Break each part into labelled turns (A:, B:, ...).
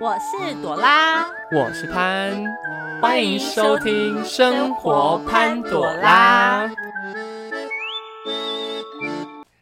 A: 我是朵拉，
B: 我是潘，欢迎收听《生活潘朵拉》。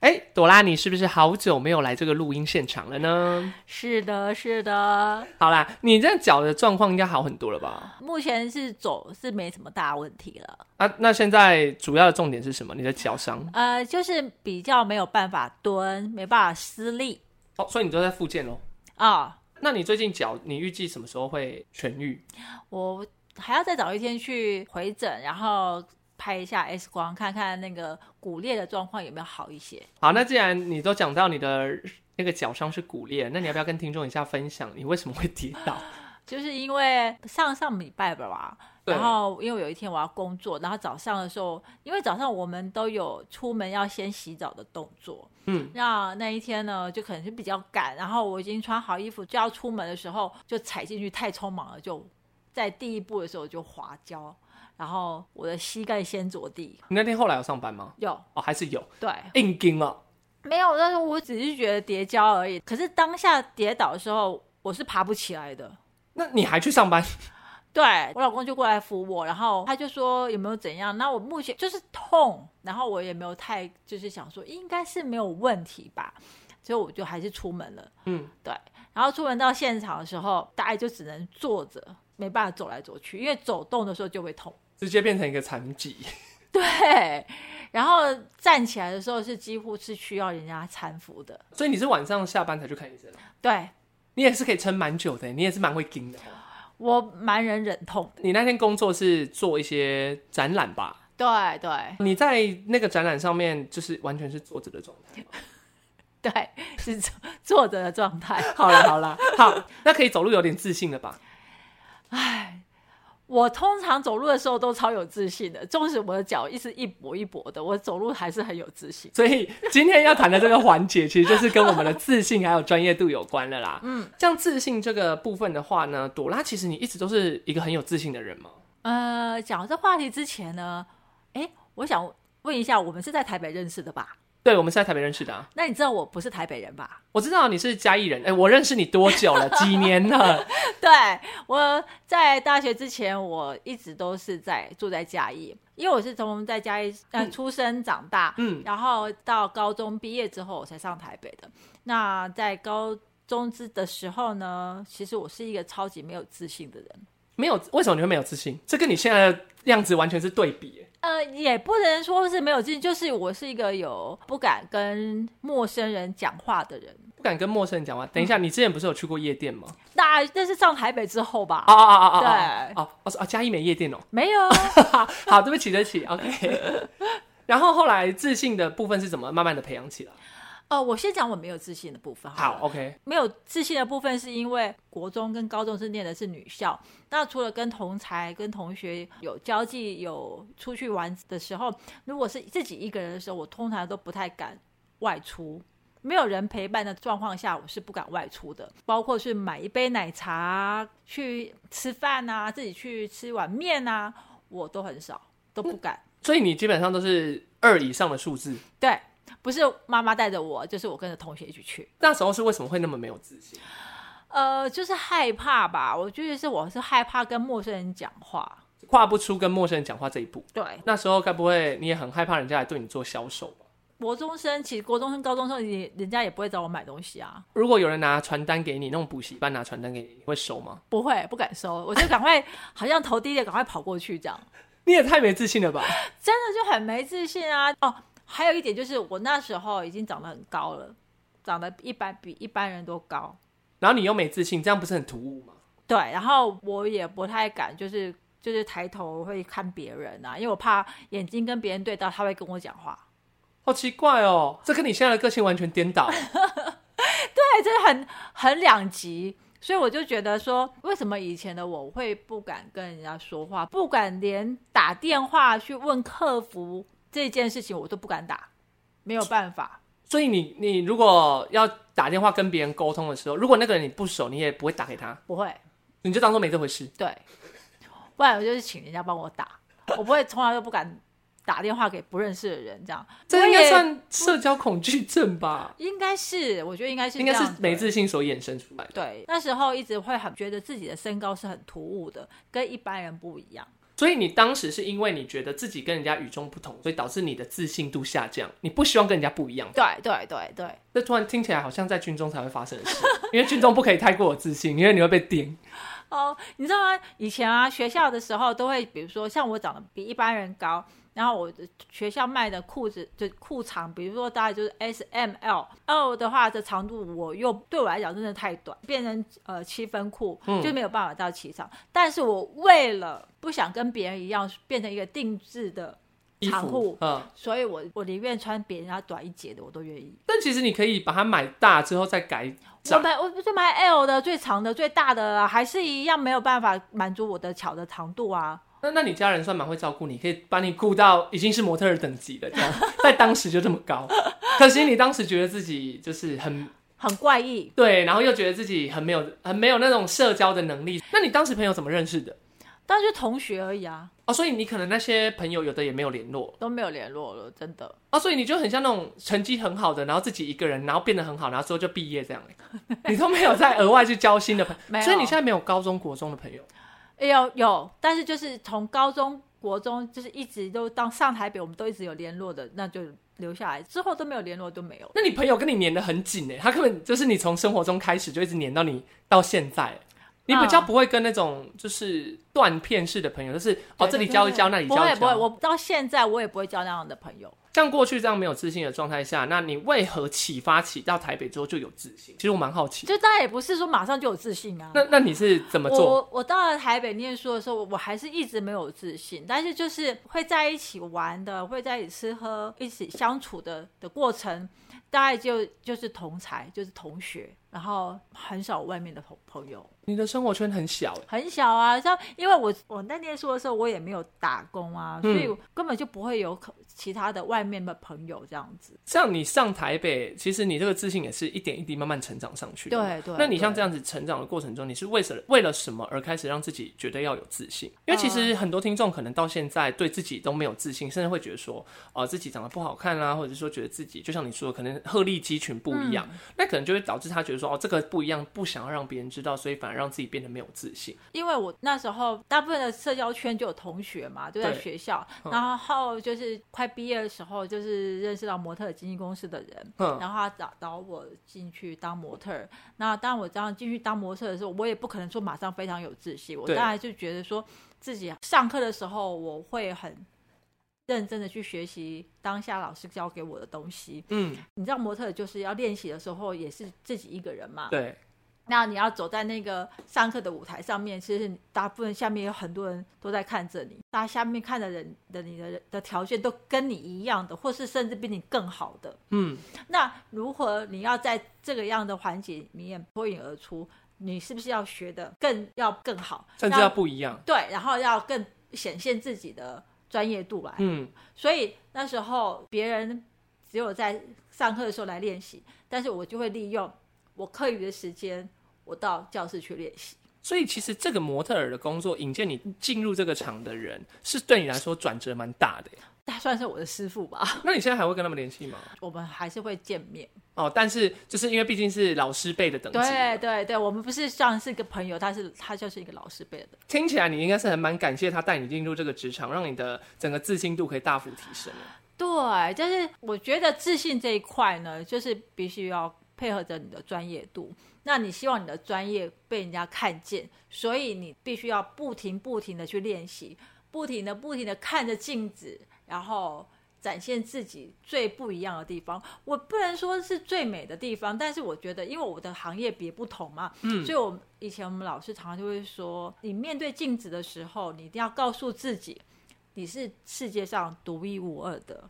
B: 哎，朵拉，你是不是好久没有来这个录音现场了呢？
A: 是的，是的，
B: 好啦，你这样脚的状况应该好很多了吧？
A: 目前是走是没什么大问题了，
B: 啊，那现在主要的重点是什么？你的脚伤
A: 呃，就是比较没有办法蹲，没办法施力
B: 哦，所以你都在复健喽？
A: 啊、
B: 那你最近脚，你预计什么时候会痊愈？
A: 我还要再找一天去回诊，然后拍一下 X 光，看看那个骨裂的状况有没有好一些。
B: 好，那既然你都讲到你的那个脚伤是骨裂，那你要不要跟听众一下分享你为什么会跌倒？
A: 就是因为上上礼拜吧，
B: 对
A: 然后因为有一天我要工作，然后早上的时候，因为早上我们都有出门要先洗澡的动作，
B: 嗯，
A: 那那一天呢，就可能是比较赶，然后我已经穿好衣服就要出门的时候，就踩进去太匆忙了，就在第一步的时候就滑跤，然后我的膝盖先着地，
B: 你那天后来有上班吗？
A: 有
B: 哦，还是有
A: 对，
B: 硬筋哦。
A: 没有，但是我只是觉得跌跤而已，可是当下跌倒的时候，我是爬不起来的。
B: 那你还去上班？
A: 对我老公就过来扶我，然后他就说有没有怎样？那我目前就是痛，然后我也没有太就是想说应该是没有问题吧，所以我就还是出门了。
B: 嗯，
A: 对，然后出门到现场的时候，大概就只能坐着，没办法走来走去，因为走动的时候就会痛。
B: 直接变成一个残疾。
A: 对，然后站起来的时候是几乎是需要人家搀扶的。
B: 所以你是晚上下班才去看医生啊，
A: 对
B: 你也是可以撑蛮久的，你也是蛮会筋的哦。
A: 我蛮忍忍痛的。
B: 你那天工作是做一些展览吧？
A: 对对
B: 你在那个展览上面就是完全是坐着的状态吗。
A: 对， 是坐坐着的状态。
B: 好了好了，好，那可以走路有点自信了吧？
A: 我通常走路的时候都超有自信的，纵使我的脚一直一跛一跛的，我走路还是很有自信。
B: 所以今天要谈的这个环节，其实就是跟我们的自信还有专业度有关了啦。嗯，像自信这个部分的话呢，朵拉其实你一直都是一个很有自信的人嘛。
A: 呃，讲到这话题之前呢，哎，我想问一下，我们是在台北认识的吧？
B: 对，我们是在台北认识的、啊。
A: 那你知道我不是台北人吧？
B: 我知道你是嘉义人，哎、我认识你多久了？几年了？
A: 对，我在大学之前，我一直都是在住在嘉义，因为我是从在嘉义呃出生长大，
B: 嗯，
A: 然后到高中毕业之后，我才上台北的。那在高中之的时候呢，其实我是一个超级没有自信的人。
B: 没有？为什么你会没有自信？这跟你现在的样子完全是对比、哎
A: 呃，也不能说是没有自信，就是我是一个有不敢跟陌生人讲话的人。
B: 不敢跟陌生人讲话。等一下，你之前不是有去过夜店吗？
A: 那但是上台北之后吧，
B: 哦哦哦哦哦，
A: 对
B: 哦，我说啊，嘉义没夜店哦。
A: 没有，啊
B: 好，对不起，对不起，OK。然 后后来自信的部分是怎么慢慢的培养起来？
A: 呃，我先讲我没有自信的部分好了。
B: 好，OK，
A: 没有自信的部分是因为国中跟高中是念的是女校，那除了跟同才、跟同学有交际、有出去玩的时候，如果是自己一个人的时候，我通常都不太敢外出。没有人陪伴的状况下，我是不敢外出的，包括去买一杯奶茶、去吃饭啊、自己去吃碗面啊，我都很少，都不敢。
B: 所以你基本上都是二以上的数字。
A: 对，不是妈妈带着我，就是我跟着同学一起去。
B: 那时候是为什么会那么没有自信？
A: 呃，就是害怕吧，我觉得是我是害怕跟陌生人讲话。
B: 跨不出跟陌生人讲话这一步。
A: 对，
B: 那时候该不会你也很害怕人家来对你做销售吧？
A: 国中生其实国中生、高中生也人家也不会找我买东西啊，
B: 如果有人拿传单给你，那种补习班拿传单给你，你会收吗？
A: 不会不敢收，我就赶快好像投递的赶快跑过去这样，
B: 你也太没自信了吧！
A: 真的就很没自信啊。哦，还有一点就是我那时候已经长得很高了，长得一般比一般人都高，
B: 然后你又没自信，这样不是很突兀吗？
A: 对，然后我也不太敢就是就是抬头会看别人啊，因为我怕眼睛跟别人对到，他会跟我讲话。
B: 好奇怪哦，这跟你现在的个性完全颠倒。
A: 对， 真的很很两极。所以我就觉得说，为什么以前的我会不敢跟人家说话，不敢连打电话去问客服这件事情，我都不敢打，没有办法。
B: 所以你你如果要打电话跟别人沟通的时候，如果那个人你不熟，你也不会打给他，
A: 不会，
B: 你就当做没这回事。
A: 对，不然我就是请人家帮我打，我不会，从来都不敢打电话给不认识的人，这样
B: 这
A: 我
B: 应该
A: 也
B: 算社交恐惧症吧？
A: 应该是我觉得应该是
B: 应该
A: 这
B: 是
A: 样子
B: 没自信所衍生出来的。
A: 对，那时候一直会很觉得自己的身高是很突兀的，跟一般人不一样。
B: 所以你当时是因为你觉得自己跟人家与众不同，所以导致你的自信度下降，你不希望跟人家不一样。
A: 对对对对，
B: 这突然听起来好像在军中才会发生的事，因为军中不可以太过有自信，因为你会被点。
A: 哦，你知道吗？以前啊，学校的时候都会，比如说像我长得比一般人高，然后我的学校卖的裤子就裤长，比如说大概就是 S M L
B: 嗯
A: L 的话，这长度我又啊对我来讲真的太短，变成呃七分裤
B: 嗯
A: 就没有办法到七长。但是我为了不想跟别人一样变成一个定制的
B: 衣
A: 长
B: 服
A: 裤，，
B: 嗯，
A: 所以我我宁愿穿比人家短一截的，我都愿意。
B: 但其实你可以把它买大之后再改
A: 我
B: 长，
A: 买我就买 L 的最长的最大的啊，还是一样没有办法满足我的脚的长度啊。
B: 那那你家人算蛮会照顾你，可以把你顾到已经是模特儿等级了，这样在当时就这么高。可惜你当时觉得自己就是很
A: 很怪异。
B: 对，然后又觉得自己很没有很没有那种社交的能力。那你当时朋友怎么认识的？
A: 但是同学而已啊，
B: 哦，所以你可能那些朋友有的也没有联络
A: 都没有联络了，真的。
B: 哦，所以你就很像那种成绩很好的，然后自己一个人，然后变得很好，然后之后就毕业这样、欸你都没有再额外去交新的朋
A: 没
B: 友，
A: 有
B: 所以你现在没有高中国中的朋友。
A: 有有，但是就是从高中、国中，就是一直都当上台北，我们都一直有联络的，那就留下来。之后都没有联络，都没有。
B: 那你朋友跟你粘的很紧哎，他根本就是你从生活中开始就一直粘到你到现在欸。你比较
A: 嗯
B: 不会跟那种就是断片式的朋友，就是哦
A: 对
B: 这里交一交，那里
A: 不
B: 交
A: 会
B: 一
A: 不会，
B: 交。
A: 我到现在我也不会交那样的朋友。
B: 像过去这样没有自信的状态下，那你为何启发起到台北之后就有自信？其实我蛮好奇，
A: 就大家也不是说马上就有自信啊。
B: 那那你是怎么做？
A: 我我到了台北念书的时候，我我还是一直没有自信，但是就是会在一起玩的，会在一起吃喝、一起相处的的过程，大概就就是同才，就是同学，然后很少外面的朋朋友，
B: 你的生活圈很小哎，
A: 很小啊。像因为我我在念书的时候，我也没有打工啊，所
B: 嗯
A: 以根本就不会有可其他的外面的朋友这样子。
B: 像你上台北，其实你这个自信也是一点一滴慢慢成长上去的嘛。
A: 对对
B: 那你
A: 对
B: 像这样子成长的过程中，你是为什为了什么而开始让自己觉得要有自信？因为其实
A: 嗯
B: 很多听众可能到现在对自己都没有自信，甚至会觉得说，呃，自己长得不好看啦、或者是说觉得自己就像你说的，可能鹤立鸡群不一
A: 嗯
B: 样，那可能就会导致他觉得说，哦，这个不一样，不想要让别人知道，所以反而让自己变得没有自信。
A: 因为我那时候大部分的社交圈就有同学嘛，就在
B: 对
A: 学校，
B: 嗯
A: 然后就是快毕业的时候，就是认识到模特儿经纪公司的人，
B: 嗯，
A: 然后他找找我进去当模特儿。那当我这样进去当模特儿的时候，我也不可能说马上非常有自信，我
B: 对
A: 当然就觉得说自己上课的时候我会很认真的去学习当下老师教给我的东西。
B: 嗯，
A: 你知道模特儿就是要练习的时候也是自己一个人嘛，
B: 对，
A: 那你要走在那个上课的舞台上面，其实大部分下面有很多人都在看着你，大家下面看的人的你的的条件都跟你一样的，或是甚至比你更好的。
B: 嗯，
A: 那如何你要在这个样的环节里面脱颖而出？你是不是要学的更要更好？
B: 甚至
A: 那
B: 要不一样。
A: 对，然后要更显现自己的专业度来。
B: 嗯，
A: 所以那时候别人只有在上课的时候来练习，但是我就会利用我课余的时间，我到教室去练习。
B: 所以其实这个模特儿的工作引荐你进入这个厂的人，是对你来说转折蛮大的耶。
A: 他算是我的师傅吧，
B: 那你现在还会跟他们联系吗？
A: 我们还是会见面。
B: 哦，但是就是因为毕竟是老师辈的等级，
A: 对对对，我们不是像是一个朋友，他是他就是一个老师辈的。
B: 听起来你应该是很蛮感谢他带你进入这个职场，让你的整个自信度可以大幅提升啊耶。
A: 对，但是我觉得自信这一块呢，就是必须要配合着你的专业度。那你希望你的专业被人家看见，所以你必须要不停不停的去练习，不停的不停的看着镜子，然后展现自己最不一样的地方。我不能说是最美的地方，但是我觉得，因为我的行业别不同嘛，嗯，所以我以前我们老师常常就会说，你面对镜子的时候，你一定要告诉自己，你是世界上独一无二的，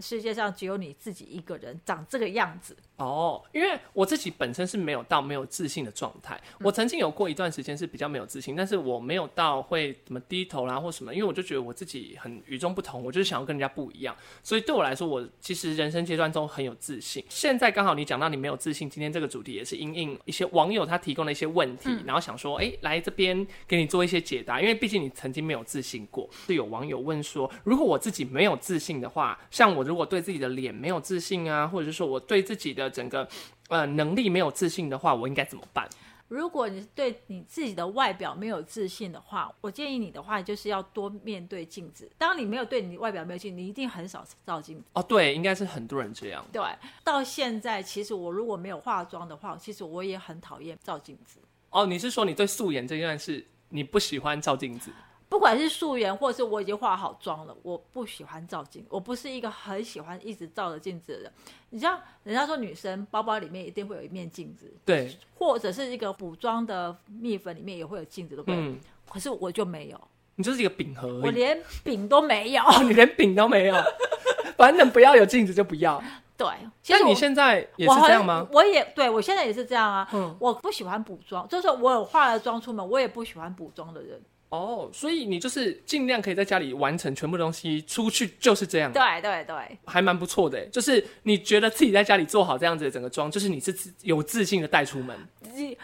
A: 世界上只有你自己一个人长这个样子。
B: 哦，因为我自己本身是没有到没有自信的状态。我曾经有过一段时间是比较没有自信，但是我没有到会怎么低头啦或什么，因为我就觉得我自己很与众不同，我就是想要跟人家不一样。所以对我来说，我其实人生阶段中很有自信。现在刚好你讲到你没有自信，今天这个主题也是因应一些网友他提供的一些问题，然后想说，哎、来这边给你做一些解答，因为毕竟你曾经没有自信过。是有网友问说，如果我自己没有自信的话，像我如果对自己的脸没有自信啊，或者是说我对自己的整个呃能力没有自信的话，我应该怎么办？
A: 如果你对你自己的外表没有自信的话，我建议你的话就是要多面对镜子。当你没有对你外表没有信，你一定很少照镜子。
B: 哦，对，应该是很多人这样。
A: 对，到现在其实我如果没有化妆的话，其实我也很讨厌照镜子。
B: 哦，你是说你对素颜这件事你不喜欢照镜子？
A: 不管是素颜，或是我已经化好妆了，我不喜欢照镜，我不是一个很喜欢一直照着镜子的人。你像人家说女生包包里面一定会有一面镜子，
B: 对，
A: 或者是一个补妆的蜜粉里面也会有镜子，对不对？
B: 嗯，
A: 可是我就没有，
B: 你就是一个饼盒
A: 我
B: 而已。
A: 连饼都没 有。
B: 哦，你连饼都没有， 反正不要有镜子就不要。
A: 对，其实
B: 但
A: 我
B: 你现在也
A: 我好
B: 是这
A: 像
B: 样吗？
A: 我也对我现在也是这样啊。
B: 嗯
A: 我不喜欢补妆，就是说我有化了妆出门，我也不喜欢补妆的人。
B: 哦，所以你就是尽量可以在家里完成全部东西，出去就是这样，
A: 对对对
B: 还蛮不错的耶。就是你觉得自己在家里做好这样子的整个妆，就是你是自有自信的带出门，
A: 你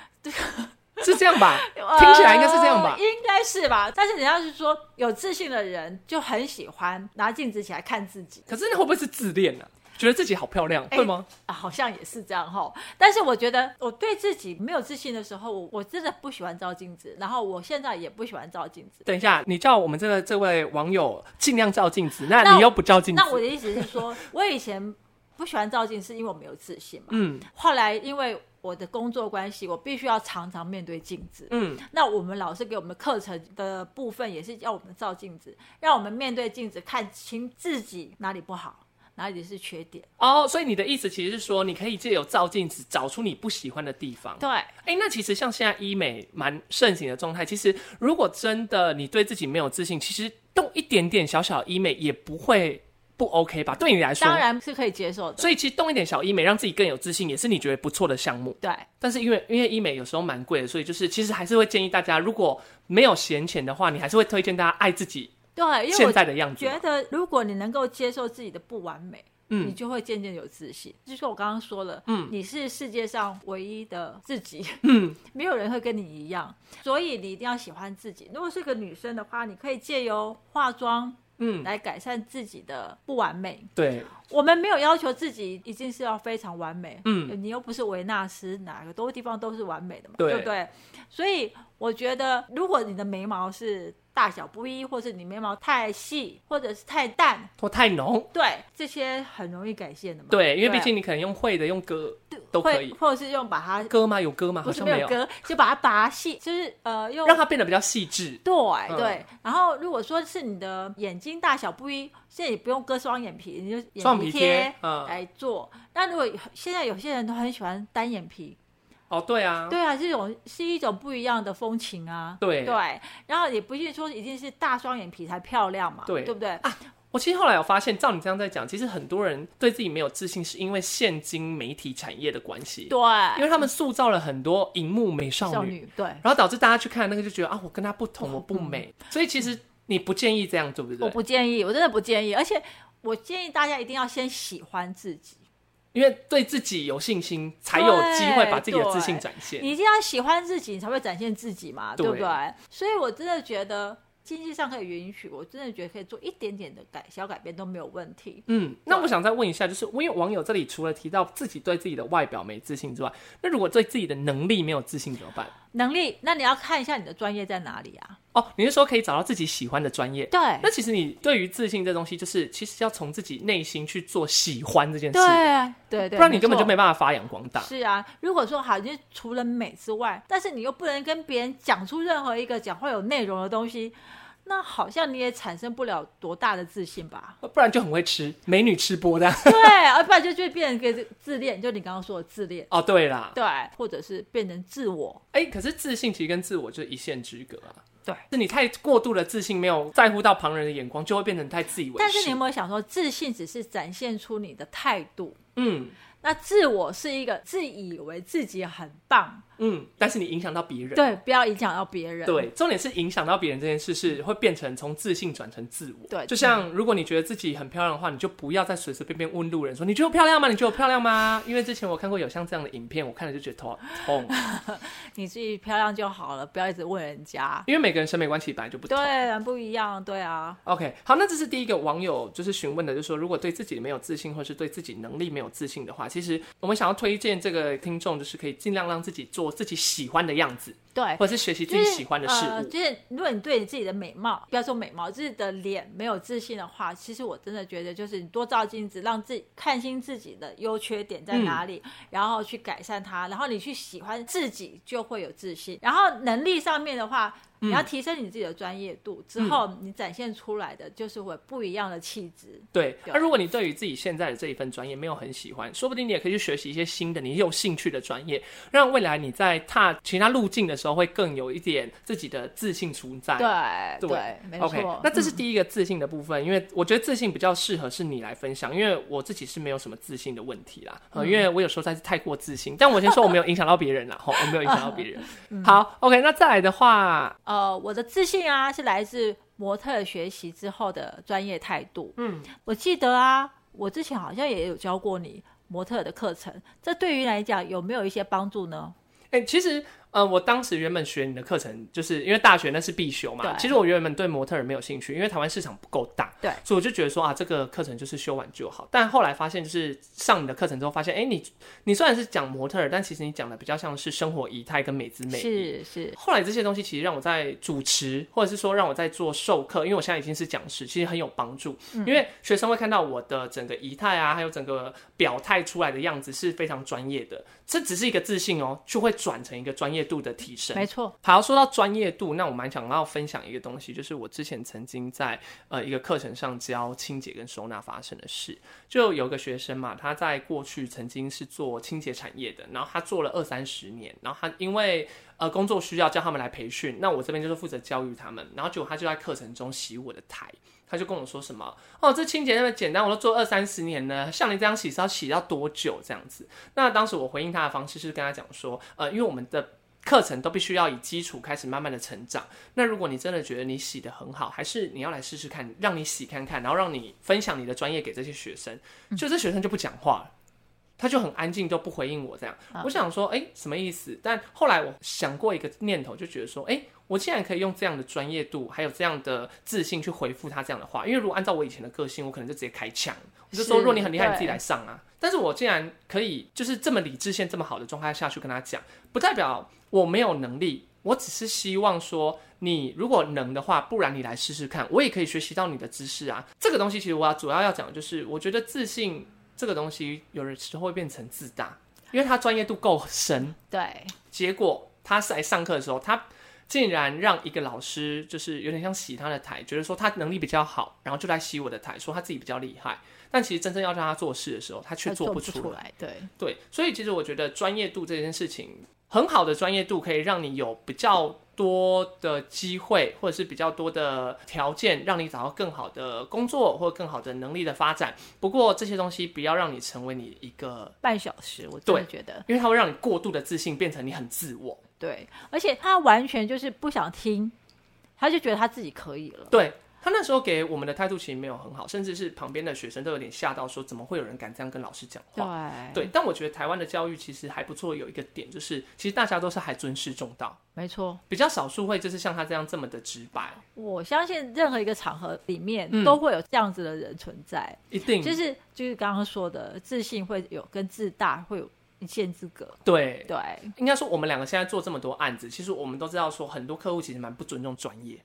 B: 是这 样吧？
A: 呃
B: 听起来应该是这样吧？
A: 应该是吧？但是人家是说有自信的人就很喜欢拿镜子起来看自己
B: 可是那会不会是自恋呢、觉得自己好漂亮，
A: 哎
B: 会吗？
A: 啊，好像也是这样哈。但是我觉得我对自己没有自信的时候，我我真的不喜欢照镜子，然后我现在也不喜欢照镜子。
B: 等一下，你叫我们这个这位网友尽量照镜子，那
A: 那
B: 你又不照镜子
A: 那，我的意思是说，我以前不喜欢照镜子，是因为我没有自信嘛。
B: 嗯
A: 后来因为我的工作关系，我必须要常常面对镜子。
B: 嗯，
A: 那我们老师给我们课程的部分也是要我们照镜子，让我们面对镜子看清自己哪里不好，哪里是缺点。
B: 哦，所以你的意思其实是说，你可以借由照镜子找出你不喜欢的地方。
A: 对，
B: 哎、那其实像现在医美蛮盛行的状态，其实如果真的你对自己没有自信，其实动一点点小小医美也不会不 OK 吧？对你来说，
A: 当然是可以接受的。
B: 所以其实动一点小医美，让自己更有自信，也是你觉得不错的项目。
A: 对，
B: 但是因为因为医美有时候蛮贵的，所以就是其实还是会建议大家，如果没有闲钱的话，你还是会推荐大家爱自己
A: 对，因为
B: 现
A: 我
B: 在的样子嘛。
A: 觉得如果你能够接受自己的不完美。
B: 嗯
A: 你就会渐渐有自信，就是我刚刚说了，
B: 嗯
A: 你是世界上唯一的自己，
B: 嗯，
A: 没有人会跟你一样，所以你一定要喜欢自己。如果是个女生的话，你可以借由化妆
B: 嗯，
A: 来改善自己的不完美。
B: 对，
A: 我们没有要求自己一定是要非常完美，
B: 嗯
A: 你又不是维纳斯，哪个多地方都是完美的嘛，
B: 对
A: 不对？所以我觉得，如果你的眉毛是大小不一，或是你眉毛太细，或者是太淡，
B: 脱太浓。
A: 对，这些很容易改线的嘛。
B: 对，因为毕
A: 啊
B: 竟你可能用会的，用割都可
A: 会，
B: 以。
A: 或者是用把它
B: 割吗？有割吗？好
A: 不是
B: 像
A: 没
B: 没
A: 有
B: 有，
A: 割，就把它拔细，就是呃用
B: 让它变得比较细致。
A: 对
B: 嗯
A: 对，然后如果说是你的眼睛大小不一，现在也不用割双眼皮，你就眼
B: 双
A: 皮
B: 皮
A: 贴
B: 贴嗯
A: 来做。那如果现在有些人都很喜欢单眼皮，
B: 哦，对啊，
A: 对啊，这种是一种不一样的风情啊。
B: 对
A: 对，然后也不一定说一定是大双眼皮才漂亮嘛，
B: 对啊
A: 对不对？
B: 我其实后来有发现，照你这样在讲，其实很多人对自己没有自信，是因为现今媒体产业的关系，因
A: 对，
B: 为他们塑造了很多荧幕美少女，
A: 少女对。
B: 然后导致大家去看那个就觉得啊，我跟她不同，我不美，所以其实你不建议这样，对不
A: 嗯我
B: 对？
A: 不建议，我真的不建议，而且我建议大家一定要先喜欢自己。
B: 因为对自己有信心，才有机会把自己的自信展现。
A: 你一定要喜欢自己，你才会展现自己嘛，对
B: 对
A: 不对？所以我真的觉得经济上可以允许，我真的觉得可以做一点点的改小改变都没有问题。
B: 嗯，那我想再问一下，就是因为网友这里除了提到自己对自己的外表没自信之外，那如果对自己的能力没有自信怎么办？
A: 能力，那你要看一下你的专业在哪里啊？
B: 哦，你是说可以找到自己喜欢的专业？
A: 对
B: 那其实你对于自信这东西，就是其实要从自己内心去做喜欢这件事，
A: 对对对，
B: 不然你根本就
A: 错
B: 没办法发扬光大。
A: 是啊，如果说好，就是除了美之外，但是你又不能跟别人讲出任何一个讲话有内容的东西，那好像你也产生不了多大的自信 吧？
B: 不然就很会吃，美女吃播的。
A: 对，而不然就就会变成一个自恋，就你刚刚说的自恋，
B: 哦，对啦，
A: 对，或者是变成自我，
B: 哎、可是自信其实跟自我就是一线之隔啊。
A: 对，
B: 是你太过度的自信，没有在乎到旁人的眼光，就会变成太自以为是。
A: 但是你有没有想说，自信只是展现出你的态度，
B: 嗯
A: 那自我是一个自以为自己很棒，
B: 嗯，但是你影响到别人，
A: 对，不要影响到别人。嗯
B: 对，重点是影响到别人这件事是会变成从自信转成自我。
A: 对
B: 就像如果你觉得自己很漂亮的话，你就不要再随随便便问路人说你觉得我漂亮吗？你觉得我漂亮吗？因为之前我看过有像这样的影片，我看了就觉得头好 痛，
A: 你自己漂亮就好了，不要一直问人家。
B: 因为每个人审美观其实本来就不同。
A: 对，不一样，对啊，
B: OK，好，那这是第一个网友就是询问的，就是说如果对自己没有自信，或是对自己能力没有自信的话，其实我们想要推荐这个听众，就是可以尽量让自己做自己喜欢的样子，
A: 对。
B: 或者是学习自
A: 就
B: 己
A: 是
B: 喜欢的事物。
A: 呃，就是如果你对你自己的美貌，不要说美貌，自己的脸没有自信的话，其实我真的觉得就是你多照镜子，让自己看清自己的优缺点在哪里，
B: 嗯
A: 然后去改善它，然后你去喜欢自己，就会有自信。然后能力上面的话，
B: 嗯
A: 你要提升你自己的专业度，之后你展现出来的就是会不一样的气质。
B: 对，
A: 对
B: 那、如果你对于自己现在的这一份专业没有很喜欢，说不定你也可以去学习一些新的你有兴趣的专业，让未来你在踏其他路径的时候会更有一点自己的自信存在。
A: 对
B: 对
A: 没
B: OK，
A: 错。
B: 那这是第一个自信的部分，因为我觉得自信比较适合是你来分享，因为我自己是没有什么自信的问题啦，呃
A: 嗯
B: 因为我有时候在太过自信，但我先说我没有影响到别人 啦，吼，我没有影响到别
A: 嗯
B: 人。好，OK，那再来的话，
A: 呃，我的自信啊，是来自模特学习之后的专业态度。
B: 嗯，
A: 我记得啊，我之前好像也有教过你模特的课程，这对于来讲有没有一些帮助呢？
B: 哎、其实，呃，我当时原本学你的课程，就是因为大学那是必修嘛。
A: 对
B: 其实我原本对模特儿没有兴趣，因为台湾市场不够大。
A: 对
B: 所以我就觉得说啊，这个课程就是修完就好。但后来发现，就是上你的课程之后，发现，哎、你你虽然是讲模特儿，但其实你讲的比较像是生活仪态跟美姿美仪。
A: 是是，
B: 后来这些东西其实让我在主持，或者是说让我在做授课，因为我现在已经是讲师，其实很有帮助。因为学生会看到我的整个仪态啊，还有整个表态出来的样子是非常专业的。这只是一个自信哦，就会转成一个专业度的提升。
A: 没错。
B: 好，说到专业度，那我蛮想要分享一个东西，就是我之前曾经在呃一个课程上教清洁跟收纳发生的事。就有个学生嘛，他在过去曾经是做清洁产业的，然后他做了二三十年，然后他因为呃工作需要叫他们来培训，那我这边就是负责教育他们，然后结果他就在课程中洗我的台。他就跟我说什么哦，这清洁那么简单，我都做二三十年了，像你这样洗是要洗到多久这样子？那当时我回应他的方式是跟他讲说，呃，因为我们的课程都必须要以基础开始慢慢的成长。那如果你真的觉得你洗的很好，还是你要来试试看，让你洗看看，然后让你分享你的专业给这些学生，
A: 嗯
B: 就这学生就不讲话了。他就很安静，都不回应我这样。
A: 啊
B: 我想说，哎、什么意思？但后来我想过一个念头，就觉得说，哎、我竟然可以用这样的专业度，还有这样的自信去回复他这样的话，因为如果按照我以前的个性，我可能就直接开枪，我就说，
A: 是
B: 如果你很厉害，
A: 对
B: 你自己来上啊。但是我竟然可以就是这么理智线这么好的状态下去跟他讲，不代表我没有能力，我只是希望说，你如果能的话，不然你来试试看，我也可以学习到你的知识啊。这个东西其实我要主要要讲的就是，我觉得自信这个东西有的时候会变成自大，因为他专业度够深，
A: 对，
B: 结果他来上课的时候，他竟然让一个老师就是有点像洗他的台，觉得说他能力比较好，然后就来洗我的台，说他自己比较厉害。但其实真正要让他做事的时候，他却
A: 他
B: 做
A: 呃做
B: 不
A: 出
B: 出来。
A: 来，对，
B: 对，所以其实我觉得专业度这件事情，很好的专业度可以让你有比较多的机会，或者是比较多的条件，让你找到更好的工作或更好的能力的发展。不过这些东西不要让你成为你一个，
A: 半小时，我真的
B: 对
A: 觉得
B: 因为它会让你过度的自信变成你很自我。
A: 对，而且他完全就是不想听，他就觉得他自己可以了。
B: 对他那时候给我们的态度其实没有很好，甚至是旁边的学生都有点吓到，说怎么会有人敢这样跟老师讲话？
A: 对，
B: 对，但我觉得台湾的教育其实还不错，有一个点就是，其实大家都是还尊师重道。
A: 没错。
B: 比较少数会就是像他这样这么的直白，
A: 我相信任何一个场合里面
B: 嗯
A: 都会有这样子的人存在。
B: 一定
A: 就是就是刚刚说的，自信会有跟自大会有一线之隔。
B: 对。
A: 对，
B: 应该说，我们两个现在做这么多案子，其实我们都知道说，很多客户其实蛮不尊重专业，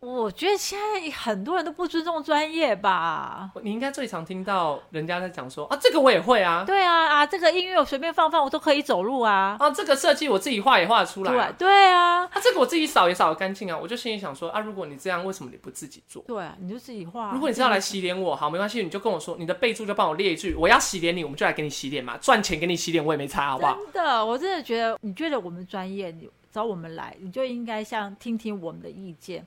A: 我觉得现在很多人都不尊重专业吧。
B: 你应该最常听到人家在讲说啊，这个我也会啊，
A: 对啊啊，这个音乐我随便放放，我都可以走路啊。
B: 啊，这个设计我自己画也画得出来啊、
A: 对对啊，
B: 啊，这个我自己扫也扫得干净啊。我就心里想说啊，如果你这样，为什么你不自己做？
A: 对啊，你就自己画啊。
B: 如果你是要来洗脸我，好，没关系，你就跟我说，你的备注就帮我列一句，我要洗脸你，我们就来给你洗脸嘛，赚钱给你洗脸我也没差，好不好？
A: 真的，我真的觉得，你觉得我们专业，你找我们来，你就应该像听听我们的意见，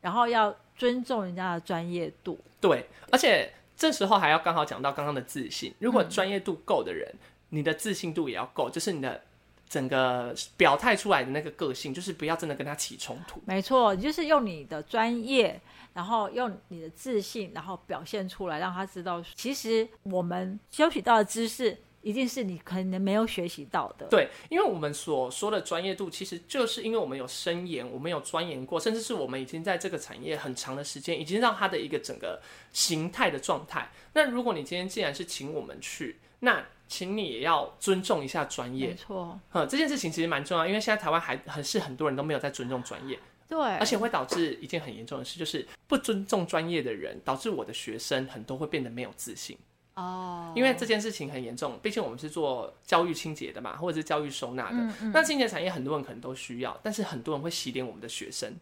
A: 然后要尊重人家的专业度。
B: 对，而且这时候还要刚好讲到刚刚的自信，如果专业度够的人，你的自信度也要够，就是你的整个表态出来的那个个性，就是不要真的跟他起冲突。
A: 没错，你就是用你的专业，然后用你的自信，然后表现出来，让他知道，其实我们修习到的知识，一定是你可能没有学习到的。
B: 对，因为我们所说的专业度，其实就是因为我们有深研，我们有钻研过，甚至是我们已经在这个产业很长的时间，已经让它的一个整个形态的状态。那如果你今天既然是请我们去，那请你也要尊重一下专业
A: 没，错，
B: 呃，这件事情其实蛮重要，因为现在台湾还很是很多人都没有在尊重专业，
A: 对，
B: 而且会导致一件很严重的事，就是不尊重专业的人，导致我的学生很多会变得没有自信。
A: 哦，
B: 因为这件事情很严重，毕竟我们是做教育清洁的嘛，或者是教育收纳的。
A: 嗯
B: 那清洁产业很多人可能都需要，但是很多人会洗脸我们的学生。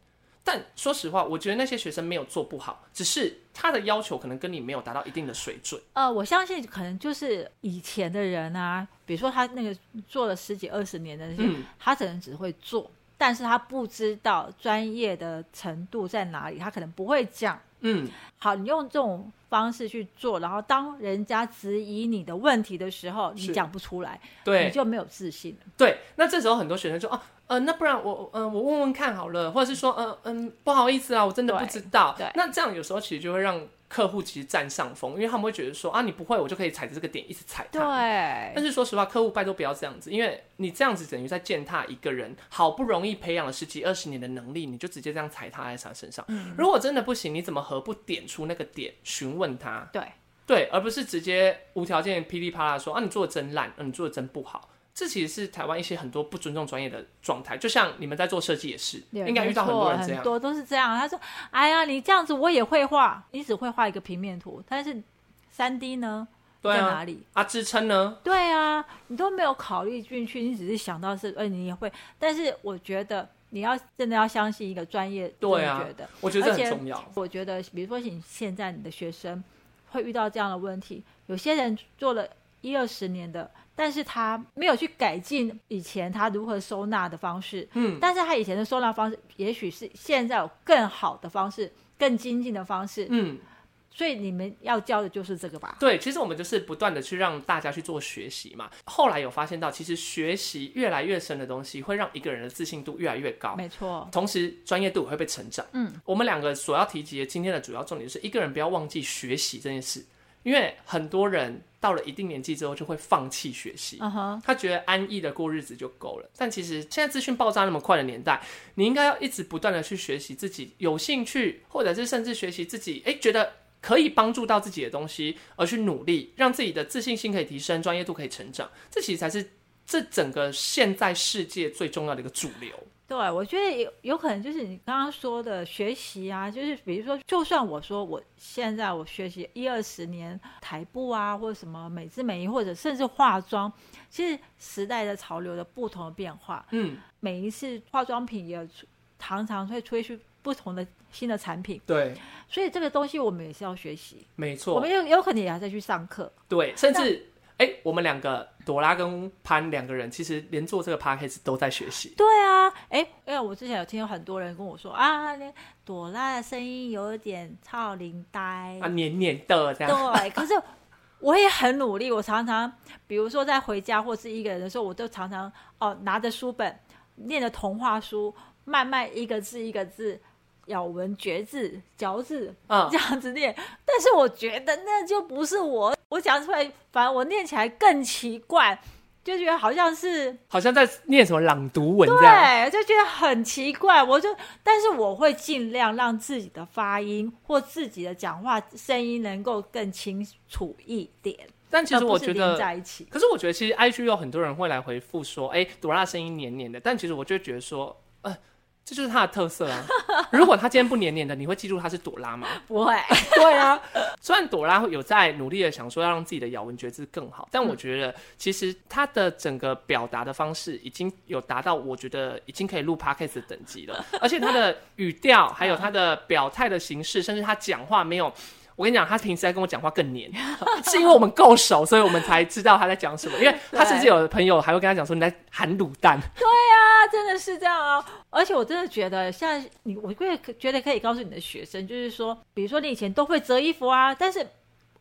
B: 但说实话，我觉得那些学生没有做不好，只是他的要求可能跟你没有达到一定的水准。
A: 呃，我相信可能就是以前的人啊，比如说他那个做了十几二十年的那些，
B: 嗯
A: 他可能只会做，但是他不知道专业的程度在哪里，他可能不会讲。
B: 嗯，
A: 好，你用这种方式去做，然后当人家质疑你的问题的时候，你
B: 是
A: 讲不出来，你
B: 对
A: 就没有自信了。
B: 对。那这时候很多学生就啊，呃，那不然我呃我问问看好了，或者是说呃嗯不好意思啊，我真的不
A: 对
B: 知道
A: 对。
B: 那这样有时候其实就会让客户其实占上风，因为他们会觉得说啊你不会，我就可以踩着这个点一直踩它。
A: 对，
B: 但是说实话，客户拜托不要这样子，因为你这样子等于在践踏一个人好不容易培养了十几二十年的能力，你就直接这样踩踏在他身上。
A: 嗯
B: 如果真的不行，你怎么何不点出那个点，询问他？
A: 对，
B: 对，而不是直接无条件噼里啪啦说啊，你做的真烂，啊、你做的真不好。这其实是台湾一些很多不尊重专业的状态，就像你们在做设计也是，应该遇到
A: 没
B: 很
A: 错
B: 多人这
A: 很
B: 样。
A: 多都是这样。他说：“哎呀，你这样子我也会画，你只会画一个平面图，但是三 D 呢，
B: 对
A: 在
B: 啊
A: 哪，里？”
B: 啊支撑呢？
A: 对啊，你都没有考虑进去，你只是想到是，哎、你也会。但是我觉得你要真的要相信一个专业，
B: 对啊
A: 真的觉得，
B: 我觉得这
A: 而且
B: 很重要。
A: 我觉得，比如说你现在你的学生会遇到这样的问题，有些人做了一二十年的，但是他没有去改进以前他如何收纳的方式，
B: 嗯，
A: 但是他以前的收纳方式，也许是现在有更好的方式、更精进的方式，
B: 嗯，
A: 所以你们要教的就是这个吧。
B: 对，其实我们就是不断的去让大家去做学习嘛。后来有发现到，其实学习越来越深的东西，会让一个人的自信度越来越高，
A: 没错，
B: 同时专业度也会被成长。
A: 嗯，
B: 我们两个所要提及的今天的主要重点就是，一个人不要忘记学习这件事，因为很多人到了一定年纪之后就会放弃学习。
A: 嗯哼。
B: 他觉得安逸的过日子就够了，但其实现在资讯爆炸那么快的年代，你应该要一直不断的去学习自己有兴趣，或者是甚至学习自己诶觉得可以帮助到自己的东西，而去努力，让自己的自信心可以提升，专业度可以成长，这其实才是这整个现在世界最重要的一个主流。
A: 对，我觉得有有可能就是你刚刚说的学习啊，就是比如说，就算我说我现在我学习一二十年台步啊，或者什么美姿美仪，或者甚至化妆，其实时代的潮流的不同的变化，
B: 嗯，
A: 每一次化妆品也出常常会推出不同的新的产品，
B: 对，
A: 所以这个东西我们也是要学习，
B: 没
A: 我
B: 错
A: 们，有有可能也要再去上课。
B: 对，甚至诶我们两个朵拉跟潘两个人，其实连做这个 p a c k a g e 都在学习。
A: 对啊，哎，因为我之前有听到很多人跟我说啊，那朵拉的声音有点超龄呆
B: 啊，黏黏的这样，
A: 对，可是我也很努力。我常常，比如说在回家或是一个人的时候，我都常常哦拿着书本念着童话书，慢慢一个字一个字咬文嚼字、嚼字
B: 嗯
A: 这，样子念。但是我觉得那就不是我，我讲出来，反而我念起来更奇怪，就觉得好像是
B: 好像在念什么朗读文这
A: 对，
B: 样。
A: 就觉得很奇怪。我就，但是我会尽量让自己的发音或自己的讲话声音能够更清楚一点。
B: 但其
A: 而
B: 实
A: 呃不
B: 我
A: 是
B: 觉
A: 连
B: 得，
A: 在一起，
B: 可是我觉得其实 IG 有很多人会来回复说，哎、朵拉声音黏黏的，但其实我就会觉得说，呃，这就是它的特 色啊。如果它今天不黏黏的，你会记住它是朵拉吗？
A: 不会，
B: 对啊，虽然朵拉有在努力的想说要让自己的咬文嚼字更好，但我
A: 嗯
B: 觉得其实她的整个表达的方式已经有达到我觉得已经可以录 podcast 的等级 了，而且她的语调，还有她的表态的形式，甚至她讲话没有。我跟你讲，她平时在跟我讲话更黏， 是因为我们够熟，所以我们才知道她在讲什么。因为她甚至有的朋友还会跟她讲说你在含卤蛋，
A: 他真的是这样啊！而且我真的觉得，像你，我会觉得可以告诉你的学生，就是说，比如说你以前都会折衣服啊，但是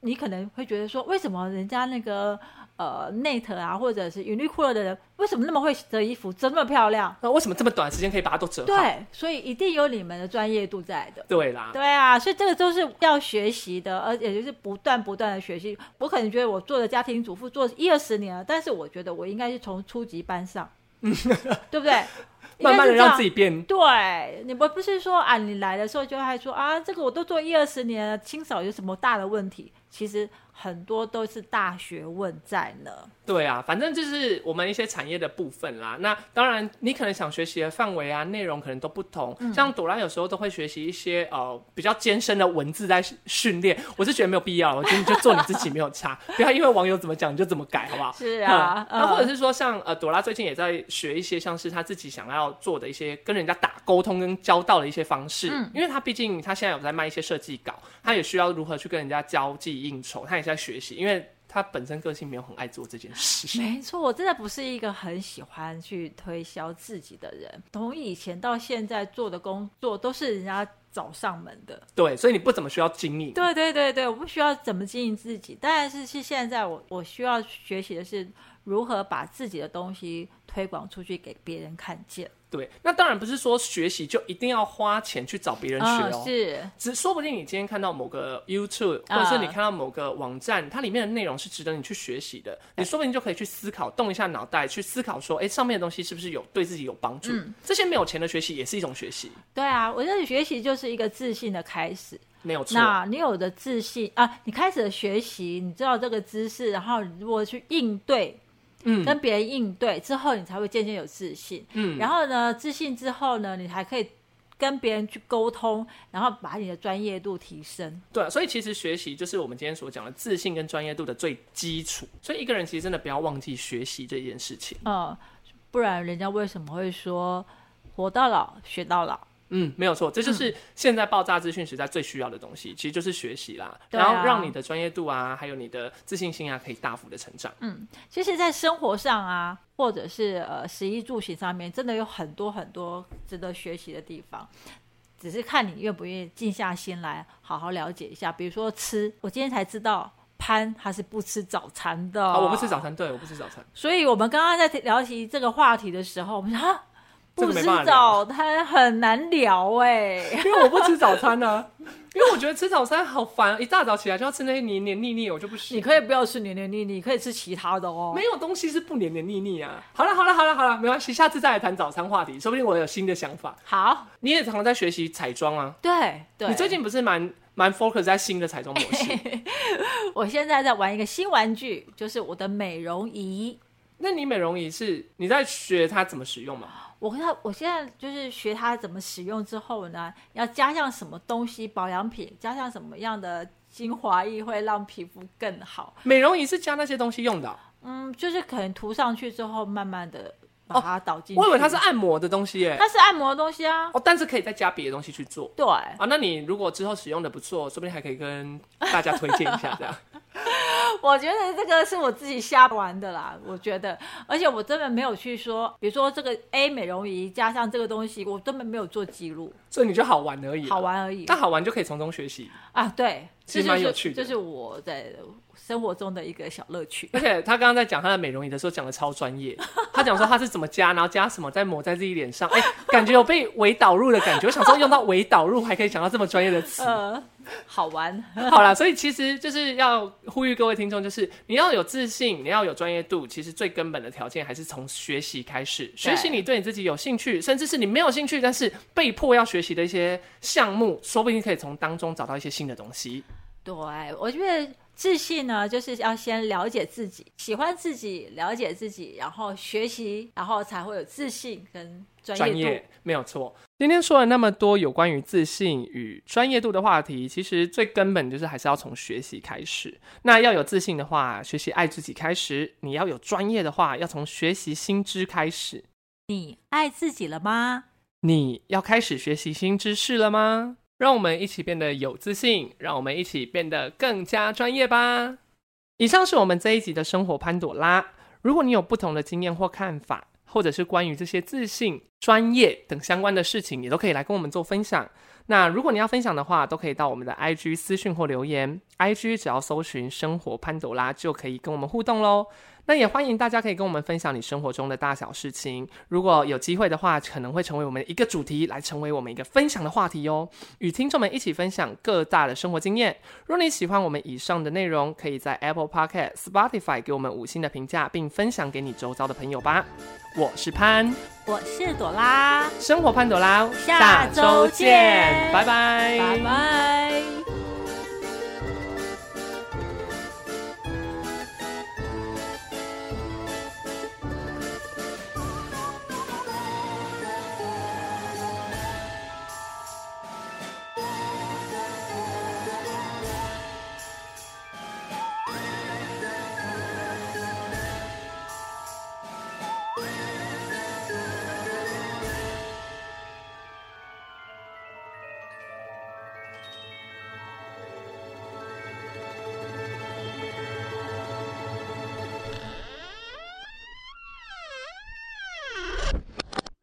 A: 你可能会觉得说，为什么人家那个呃 Net 啊，或者是云绿酷乐的人，为什么那么会折衣服，折那么漂亮？
B: 那为什么这么短时间可以把它都折好？
A: 对，所以一定有你们的专业度在的。
B: 对啦，
A: 对啊，所以这个都是要学习的，而且就是不断不断的学习。我可能觉得我做的家庭主妇做一二十年了，但是我觉得我应该是从初级班 上，对不 对？
B: 慢慢的
A: 应该是这样
B: 让自己变
A: 对你不不是说啊，你来的时候就还说啊，这个我都做一二十年了，清扫有什么大的问题？其实很多都是大学问在呢。
B: 对啊，反正就是我们一些产业的部分啦。那当然，你可能想学习的范围啊、内容可能都不同。
A: 嗯
B: 像朵拉有时候都会学习一些呃比较艰深的文字在训训练，我是觉得没有必要，我觉得你就做你自己没有差，不要因为网友怎么讲你就怎么改，好不好？
A: 是啊嗯
B: 嗯那或者是说像呃朵拉最近也在学一些像是她自己想要做的一些跟人家打沟通跟交道的一些方式，
A: 嗯
B: 因为她毕竟她现在有在卖一些设计稿，她也需要如何去跟人家交际应酬，她也在学习，因为。她本身个性没有很爱做这件事，
A: 没错，我真的不是一个很喜欢去推销自己的人，从以前到现在做的工作都是人家找上门的。
B: 对，所以你不怎么需要经营。
A: 对对对对，我不需要怎么经营自己，但是是现在我我需要学习的是如何把自己的东西推广出去给别人看见。
B: 对，那当然不是说学习就一定要花钱去找别人学
A: 嗯，
B: 哦。
A: 是。
B: 只说不定你今天看到某个 YouTube，或
A: 啊
B: 者是你看到某个网站，它里面的内容是值得你去学习的，你说不定就可以去思考，动一下脑袋去思考说，哎，上面的东西是不是有对自己有帮助？
A: 嗯
B: 这些没有钱的学习也是一种学习，
A: 对啊，我觉得学习就是一个自信的开始。
B: 没有错。
A: 那你有的自信啊，你开始了学习，你知道这个知识，然后你如果去应对，
B: 嗯
A: 跟别人应对之后，你才会渐渐有自信。
B: 嗯
A: 然后呢，自信之后呢，你还可以跟别人去沟通，然后把你的专业度提升。
B: 对啊，所以其实学习就是我们今天所讲的自信跟专业度的最基础。所以一个人其实真的不要忘记学习这件事情。
A: 嗯，不然人家为什么会说活到老学到老？
B: 嗯，没有错，这就是现在爆炸资讯时代最需要的东西，其实就是学习啦，
A: 对
B: 然
A: 啊
B: 后让你的专业度啊，还有你的自信心啊，可以大幅的成长。
A: 其实，在生活上啊，或者是呃食衣住行上面，真的有很多很多值得学习的地方。只是看你愿不愿意静下心来，好好了解一下。比如说吃，我今天才知道潘他是不吃早餐的、
B: 啊，我不吃早餐，对，我不吃早餐，
A: 所以我们刚刚在聊起这个话题的时候，我们想啊，
B: 这
A: 不
B: 个没
A: 吃
B: 办法聊
A: 早餐很难聊哎、
B: 因为我不吃早餐啊呢、 因为我觉得吃早餐好烦，一大早起来就要吃那些黏黏腻腻，我就不行。
A: 你可以不要吃黏黏腻腻，你可以吃其他的哦。
B: 没有东西是不黏黏腻腻啊。好了好了好了好了，没关系，下次再来谈早餐话题，说不定我有新的想法。
A: 好，
B: 你也常常在学习彩妆啊，
A: 对对，
B: 你最近不是蛮蛮 focus 在新的彩妆模式？
A: 我现在在玩一个新玩具，就是我的美容仪。
B: 那你美容仪是你在学它怎么使用吗？
A: 我跟他，我现在就是学它怎么使用之后呢，要加上什么东西保养品，加上什么样的精华液会让皮肤更好。
B: 美容仪是加那些东西用的哦、
A: 嗯，就是可能涂上去之后，慢慢的把它倒进去。
B: 哦我以为它是按摩的东西耶、
A: 它是按摩的东西啊，
B: 哦，但是可以再加别的东西去做
A: 对。
B: 啊。那你如果之后使用的不错，说不定还可以跟大家推荐一下这样。
A: 我觉得这个是我自己瞎玩的啦，我觉得，而且我根本没有去说，比如说这个 A 美容仪加上这个东西，我根本没有做记录，
B: 所以你就好玩而已啊，
A: 好玩而已。
B: 那好玩就可以从中学习。
A: 啊，对，
B: 其
A: 这
B: 实
A: 就
B: 蛮
A: 是
B: 有趣的
A: 这是我在生活中的一个小乐趣。
B: 而且他刚刚在讲他的美容仪的时候讲的超专业， 他讲说他是怎么加，然后加什么，再抹在自己脸上，哎、感觉有被微导入的感觉。我想说用到微导入还可以讲到这么专业的词，
A: 呃，好玩，
B: 好啦，所以其实就是要呼吁各位听众，就是你要有自信，你要有专业度，其实最根本的条件还是从学习开始，学习你对你自己有兴趣，甚至是你没有兴趣，但是被迫要学习的一些项目，说不定可以从当中找到一些新的东西。
A: 对我觉得自信呢，就是要先了解自己，喜欢自己，了解自己，然后学习，然后才会有自信跟专
B: 专
A: 业度。
B: 业没有错。今天说了那么多有关于自信与专业度的话题，其实最根本就是还是要从学习开始。那要有自信的话，学习爱自己开始；你要有专业的话，要从学习新知开始。
A: 你爱自己了吗？
B: 你要开始学习新知识了吗？让我们一起变得有自信，让我们一起变得更加专业吧。以上是我们这一集的生活潘朵拉。如果你有不同的经验或看法，或者是关于这些自信、专业等相关的事情，也都可以来跟我们做分享。那如果你要分享的话，都可以到我们的 IG 私讯或留言，IG 只要搜寻“生活潘朵拉”就可以跟我们互动喽。那也欢迎大家可以跟我们分享你生活中的大小事情，如果有机会的话，可能会成为我们一个主题，来成为我们一个分享的话题哦，与听众们一起分享各大的生活经验。如果你喜欢我们以上的内容，可以在 Apple Podcast、Spotify 给我们五星的评价，并分享给你周遭的朋友吧。我是潘，
A: 我是朵拉，
B: 生活潘朵拉，
A: 下周见
B: 拜拜，
A: 拜拜。